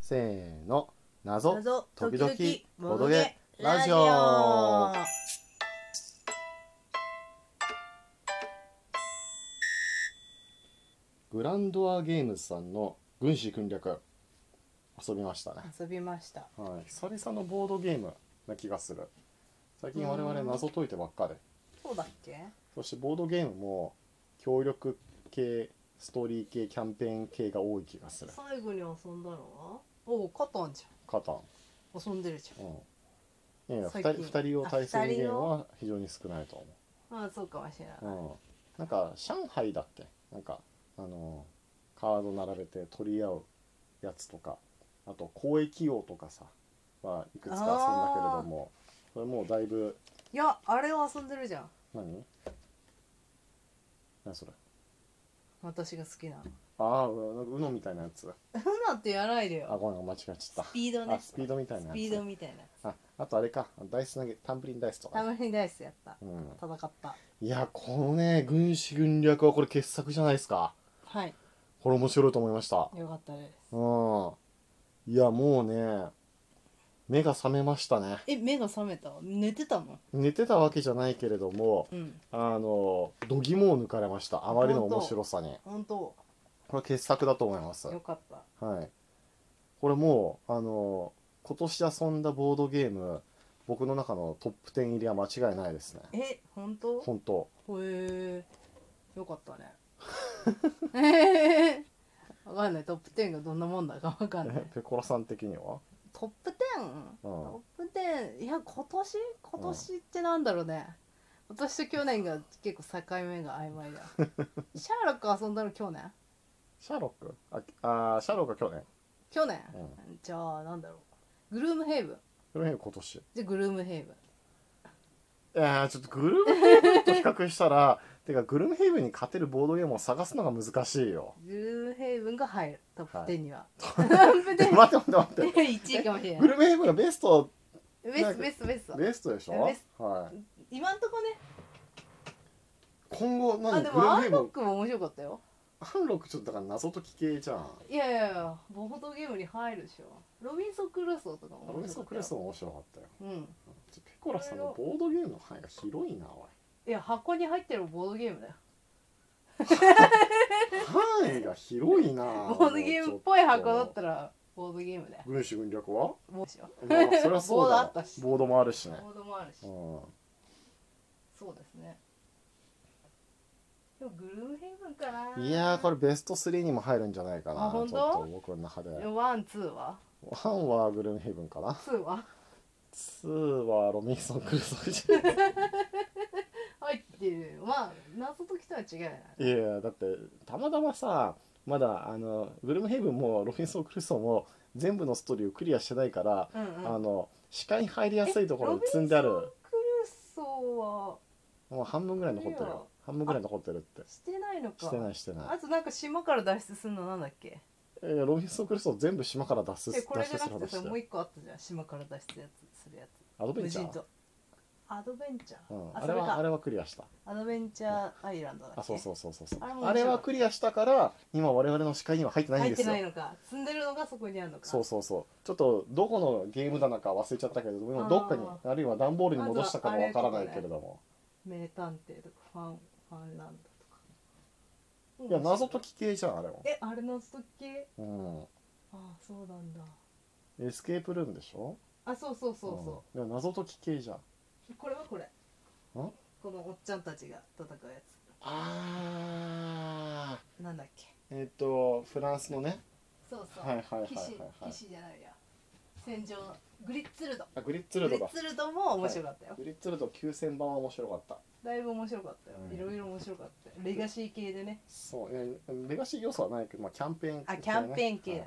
せーの謎謎時時々々ボボドドゲゲララジジオオグランドアゲームズさんの軍師軍略遊びましたね、遊びましたはい、久々のボードゲームな気がする最近我々うん謎解いてばっかでそうだっけそしてボードゲームも協力系ストーリー系キャンペーン系が多い気がする最後に遊んだのはおおカタンじカタンゃん遊んでるじうんいやいや最 2, 近人2人を対あ戦二人ゲーをムは非常に少ないと思うゃんああそうかもしれない、うん、なんか上海だっけなんかあのカード並べて取り合うやつとかあと公益王とかさはいくつか遊んだけれどもこれもうだいぶいやあれを遊んでるじゃん何何それ私が好きなのああなんか UNO みたいなやつふなってやらないであよごめん間違っちゃったスピードあねススピードみたいなピードやつみたいなああとあれかダイス投げタンブリンダイスとかタね、ムリンダイスやったうん、戦ったいやこのね軍師軍略はこれ傑作じゃないですかはいこれ面白いと思いましたよかったでうすん。いや、もうね、目が覚めましたね。え目が覚めた寝てたの寝てたわけじゃないけれども、うんあの、度肝を抜かれました。あまりの面白さに。本当これ傑作だと思います。よかったはい。これもう、あの、今年遊んだボードゲーム、僕の中のトップ10入りは間違いないですね。え本当本当。へえよか ったねわかんないトップ10がどんなもんだかわかんないえペコラさん的にはトップ 10? うトップ10いや今年今年ってなんだろうね、今年と去年が結構境目が曖 昧だシャーロック遊んだの去年シャーロックああー、シャーロックは去年。去年、うじゃあなんだろうグルームヘイブン去年今年。じゃあグルームヘイブンいやーちょっとグルメヘイブンと比較したら てかグルメヘイブンに勝てるボードゲームを探すのが難しいよグルームヘイブンが入るトップ10には、待トップって 10待って待って1位かもしれなグ いルメヘイブンがベストベストベストベストベストでしょベスはい今んとこね今後何あグでルメもアヘインブロッンクも面白かったよハンロックちょっとだから謎解き系じゃんいやいやいやボードゲームに入るでしょロビンソン・クルソーとかもロレスクレスーも面白かったようんちょペコラさんのボードゲームの範囲が広いなお いや箱に入ってるボードゲームだよい範囲が広いなボードゲームっぽい箱だったらボードゲームだよ軍師軍略は もうでしょまあそりゃそうだボードあったしボードもあるしねボードもあるしうんそうですねでもグルームヘイブンかないいやーこれベスト3にも入るんじゃないかなあちょっ本当と僕の中でワンツーは1はグルメヘイブンかなツーは2はロミンソン・クルソーじ ゃない入ってるまあ謎解きとは違うよないやいやだってたまたまさまだあのグルメヘイブンもロミンソン・クルソーも全部のストーリーをクリアしてないから、うんあうんの視界に入りやすいところに積んであえロるビンソンクルソーはもう半分ぐらい残ってるいいよよ半分ぐらい残ってるってしてないのかしてないしてなあとなんか島から脱出するのなんだっけいいやロミンソン・クルソー全部島から脱出でこれ脱じゃ出なするくて話さだもうよ一個あったじゃん島から脱出やつするやつアドベ無ンチャ人ー島アドベンチャー、うん、ああそれれはあかれはクリアしたアドベンチャーアイランドだっけあそうそうそうそうそうあれも面白あいれはクリアしたから今我々の視界には入ってないん入でっすてよないのか積んでるのがそこにあるのかそうそうそうちょっとどこのゲーム棚か忘れちゃったけれどもあーどっかにあるいは段ボールに戻したかもわからないけれども、名探偵とかファンファンランドとかいや謎解き系じゃんあれえあれ謎解きも、ああそうなんだうん、エスケープルームでしょ、あそうそうそうそうん、いや謎解き系じゃんう、これはこれこのおっちゃんたちが戦うやあつなんだっけーえっ、とフランスのねそうそう、はいはいはい騎はい士はい騎士じゃないや戦場のグリッツェルドあグリッツェルドグリだッツェルドも面白かったよ、グリッツェルド9000番は面白かっただいぶ面白かったよ、うんいろいろ面白かったよレガシー系でねそういやレガシー要素はないけど、まあ、キャンペーン系ね、あキャンペーン系、はい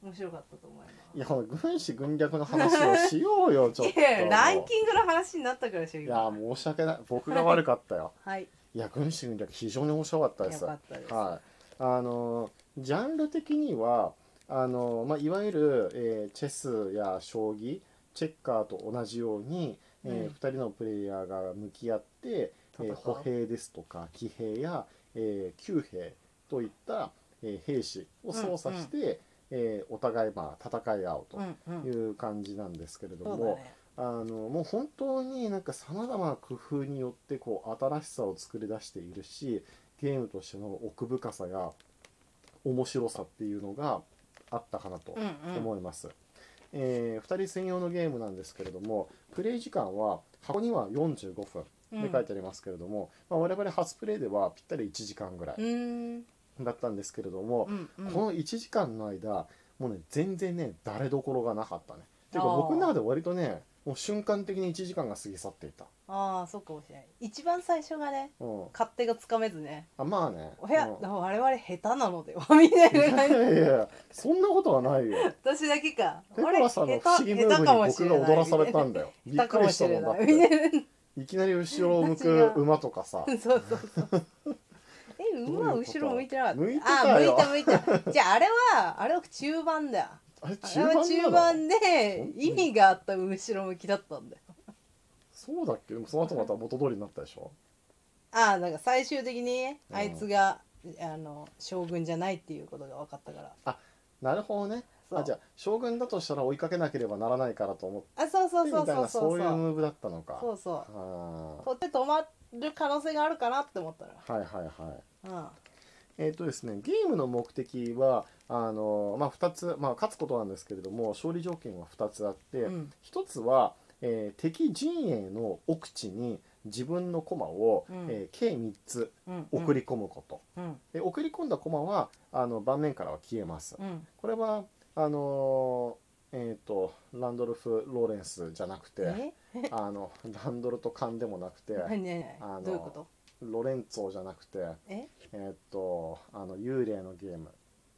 面白かったと思いますいやこの軍師軍略の話をしようよちょっと いやランキングの話になったからでしょい今や申し訳ない僕が悪かったよはいいや軍師軍略非常に面白かったでよすかったです、はいあのジャンル的にはあの、まあ、いわゆる、えーチェスや将棋チェッカーと同じように、えうん2人のプレイヤーが向き合って、えー戦う歩兵ですとか騎兵や、えー、弓兵といった、えー兵士を操作して、えーお互いまあ戦い合ううんうんという感じなんですけれどそうも、だねあのもう本当になんかさまざまな工夫によってこう新しさを作り出しているしゲームとしての奥深さや面白さっていうのがあったかなとうんうん思います、え2人専用のゲームなんですけれどもプレイ時間は箱には45分うんで書いてありますけれども、まあ、我々初プレイではぴったり1時間ぐらいうーんだったんですけれどもう、んうんこの1時間の間もうね全然ね誰どころがなかったねっていうかあー僕の中で割とねもう瞬間的に1時間が過ぎ去っていた、ああそうかもしれない一番最初がねうん、勝手がつかめずねあまあねお部屋、うん我々下手なのではみたいいなや感いじやいやそんなことはないよ 私だけかペコラさんの不思議ムーブに僕が踊らされたんだよびっ下手くかもりししたもれんだなっいていきなり後ろを向く馬とかさ そうそうそうどういえ馬うこと後ろ向いてなかった向いてたよあ向いた向いたじゃああれはあれは中盤だよあれあ中盤れはな中の盤で意味があった後ろ向きだったんだよそうだっけでもその後また元通りになったでしょああなんか最終的にうんあいつが、あの将軍じゃないっていうことが分かったからなるほどねそうあじゃあ将軍だとしたら追いかけなければならないからと思ってあそうそうみそうたいそなうそそうういうムーブだったのかそうそうあこっちで止まる可能性があるかなって思ったーはいはいはいらえーとですね、ゲームの目的はあの、まあ、2つ、まあ、勝つことなんですけれども勝利条件は2つあって、うん、うん1つは、えー敵陣営の奥地に自分の駒を、うんえー計3つうん、送り込むこと、うんで送り込んだ駒はあの盤面からは消えます、うんこれはあのーえー、とランドルフ・ローレンスじゃなくてえあのランドルと勘でもなく て何何何あのどういうことロレンツォじゃなくてええーっとあの幽霊のゲーム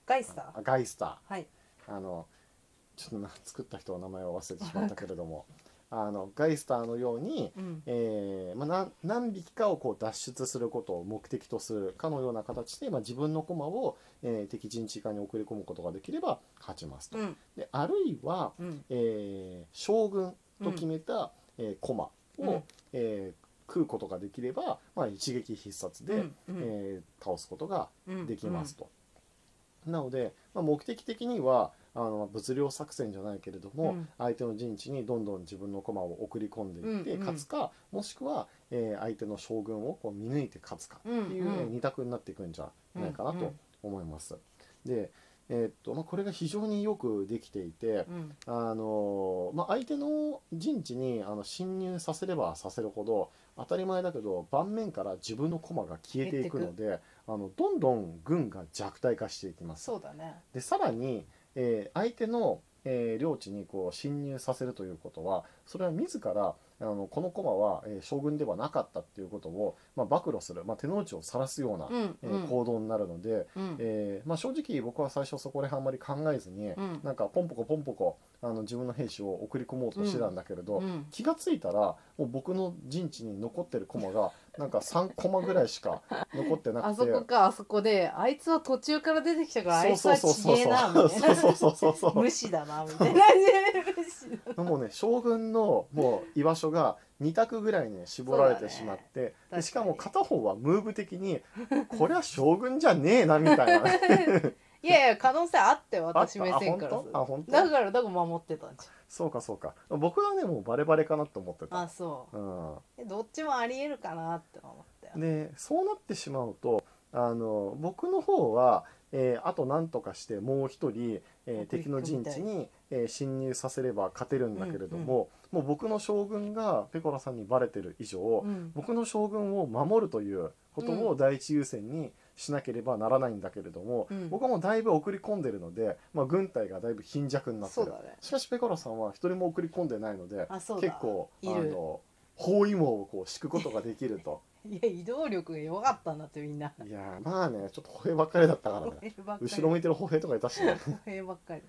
ガイスタあガイスターーはいあのちょっとな作った人の名前を忘れてしまったけれど もあのガイスターのように、うんえーまあ、な何匹かをこう脱出することを目的とするかのような形で、まあ、自分の駒を、えー敵陣地下に送り込むことができれば勝ちますと。うんであるいは、うんえー将軍と決めた、えー駒を、うんえー食うことができれば、まあ、一撃必殺で、うんうんえー倒すことがうんできますと。なので、まあ、目的的にはあの物量作戦じゃないけれども、うん相手の陣地にどんどん自分の駒を送り込んでいってうんうん勝つか、もしくは、えー相手の将軍をこう見抜いて勝つかっていう、うんうんえー二択になっていくんじゃないかなと思います。で、えーっとまあ、これが非常によくできていて、うんあのまあ、相手の陣地にあの侵入させればさせるほど当たり前だけど盤面から自分の駒が消えていくのであのどんどん軍が弱体化していきます。そうだねでさらに、えー相手の、えー領地にこう侵入させるということはそれは自らあのこの駒は、えー将軍ではなかったっていうことを、まあ、暴露する、まあ、手の内を晒すような、うんえうーん行動になるので、うんえーまあ、正直僕は最初そこら辺あんまり考えずに、うんなんかポンポコポンポコあの自分の兵士を送り込もうとしてたんだけれど、うん気がついたらもう僕の陣地に残ってる駒がなんか3駒ぐらいしか残ってなあくてそこかあそこであいつは途中から出てきたからあいつそうはそうちそうげえなみたいそなうそうそうそうそう無視だなみたいな無視だもうね将軍のもう居場所が2択ぐらいね絞られてしまって、でかにしかも片方はムーブ的にこれは将軍じゃねえなみたいな いやいや可能性あってあ私目線からするあ本当あだ本当からだから守ってたんじそうかそうか僕はねもうバレバレかなと思ってゃんたあそううんえどっちもありえるかなって思ったよ、でそうなってしまうとあの僕の方は、えーあと何とかしてもう一人、えー送り込みたい敵の陣地に、えー侵入させれば勝てるんだけれども、もう僕の将軍がペコラさんにバレてる以上、うん僕の将軍を守るということを第一優先にしなければならないんだけれども、うん僕はもうだいぶ送り込んでるので、まあ、軍隊がだいぶ貧弱になってそうる、だねしかしペコラさんは一人も送り込んでないのであそうだ結構いあるの包囲網をこう敷くことができると。いや移動力が弱かったんだってみんないやーまあねちょっと歩兵ばっかりだったから ね後ろ向いいてる歩兵とかいたし ね歩兵ばっかり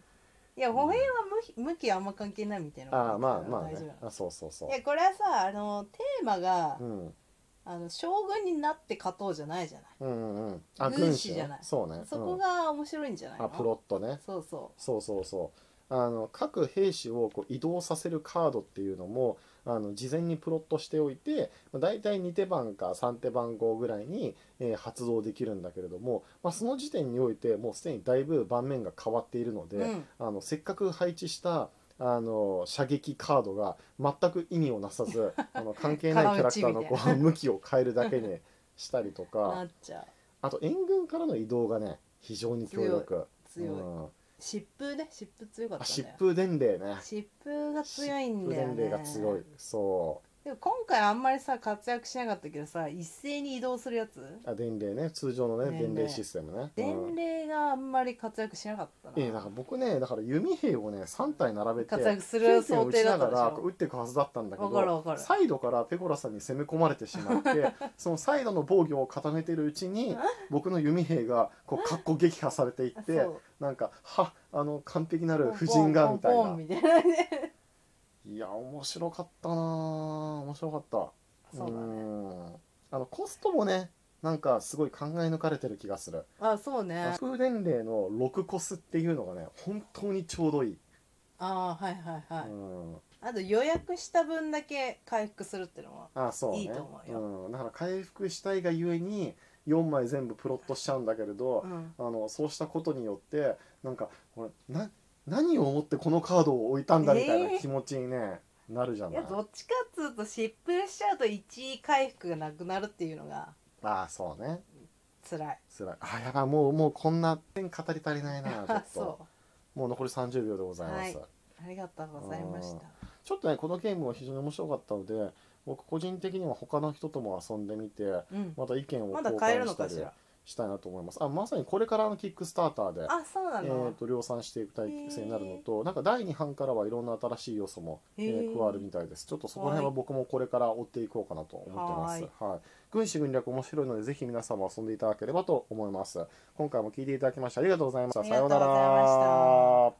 いや歩兵は向き向きあんま関係ないみたいなああこと言まっあてまあたから大丈夫ねなのあそうそうそういやこれはさあのテーマが、うんあの将軍になって勝とうじゃないじゃない、うんうんうんあ軍軍師師じゃねないそうねそこうんが面白いんじゃないのあプロットねそうそそうそうそうあの各兵士をこう移動させるカードっていうのもあの事前にプロットしておいてまあ大体2手番か3手番号ぐらいに、えー発動できるんだけれども、まあ、その時点においてもうすでにだいぶ盤面が変わっているので、うんあのせっかく配置したあの射撃カードが全く意味をなさ ずあの関係ないキャラクターのこ空打ちみう向きを変えるだけにしたりと なかっちゃうあと援軍からの移動がね非常に強力。強いうん疾風ね疾風強かっあた疾ね風伝令ね疾風が強いんだ疾よね風伝令が強いそでも今回あんまりさ活躍しなかったけどさ一斉に移動するやつうあ伝令ね通常のね伝令伝令システムね伝令があんまり活躍しなかったな、ええだから僕ねだから弓兵をね3体並べて活躍する想定だったで打しちながらこょう打っていくはずだったんだけわかるわどかるサイドからペコラさんに攻め込まれてしまって そのサイドの防御を固めてるうちに僕の弓兵がこうかっこ撃破されていっあてそうなんか「はあの完璧なポるン婦人が」みたいポンポなンみた いなねいや面白かったなあ面白かった。そうだねんあのコストもねなんかすごい考え抜かれてる気がするあそうね風伝令の6コスっていうのがね本当にちょうどいい、あーはいはいはい、うん、あと予約した分だけ回復するってのはあそうねいいと思うよん、だから回復したいがゆえに4枚全部プロットしちゃうんだけれどう、んあのそうしたことによってなんかこれな何を思ってこのカードを置いたんだみたいな気持ちに、ねなるじゃいないやどっちかっつうと疾風しちゃうと1位回復がなくなるっていうのがああそうね辛いつらいあやばいもうもうこんな点語り足りない なちょあっとそもう残り30秒でございます、はうありがとうございましたちょっとねこのゲームは非常に面白かったので僕個人的には他の人とも遊んでみてうんまた意見をま交だ買え換るのしたかりしらしたいなと思いますあまさにこれからのキックスターターであそうなえのー、と量産していく体制になるのとなんか第2版からはいろんな新しい要素も、えーへー加わるみたいですちょっとそこら辺は僕もこれから追っていこうかなと思ってますはい、軍師軍略面白いのでぜひ皆様遊んでいただければと思います今回も聞いていただきましてありがとうございましたありさがとよううござないましたら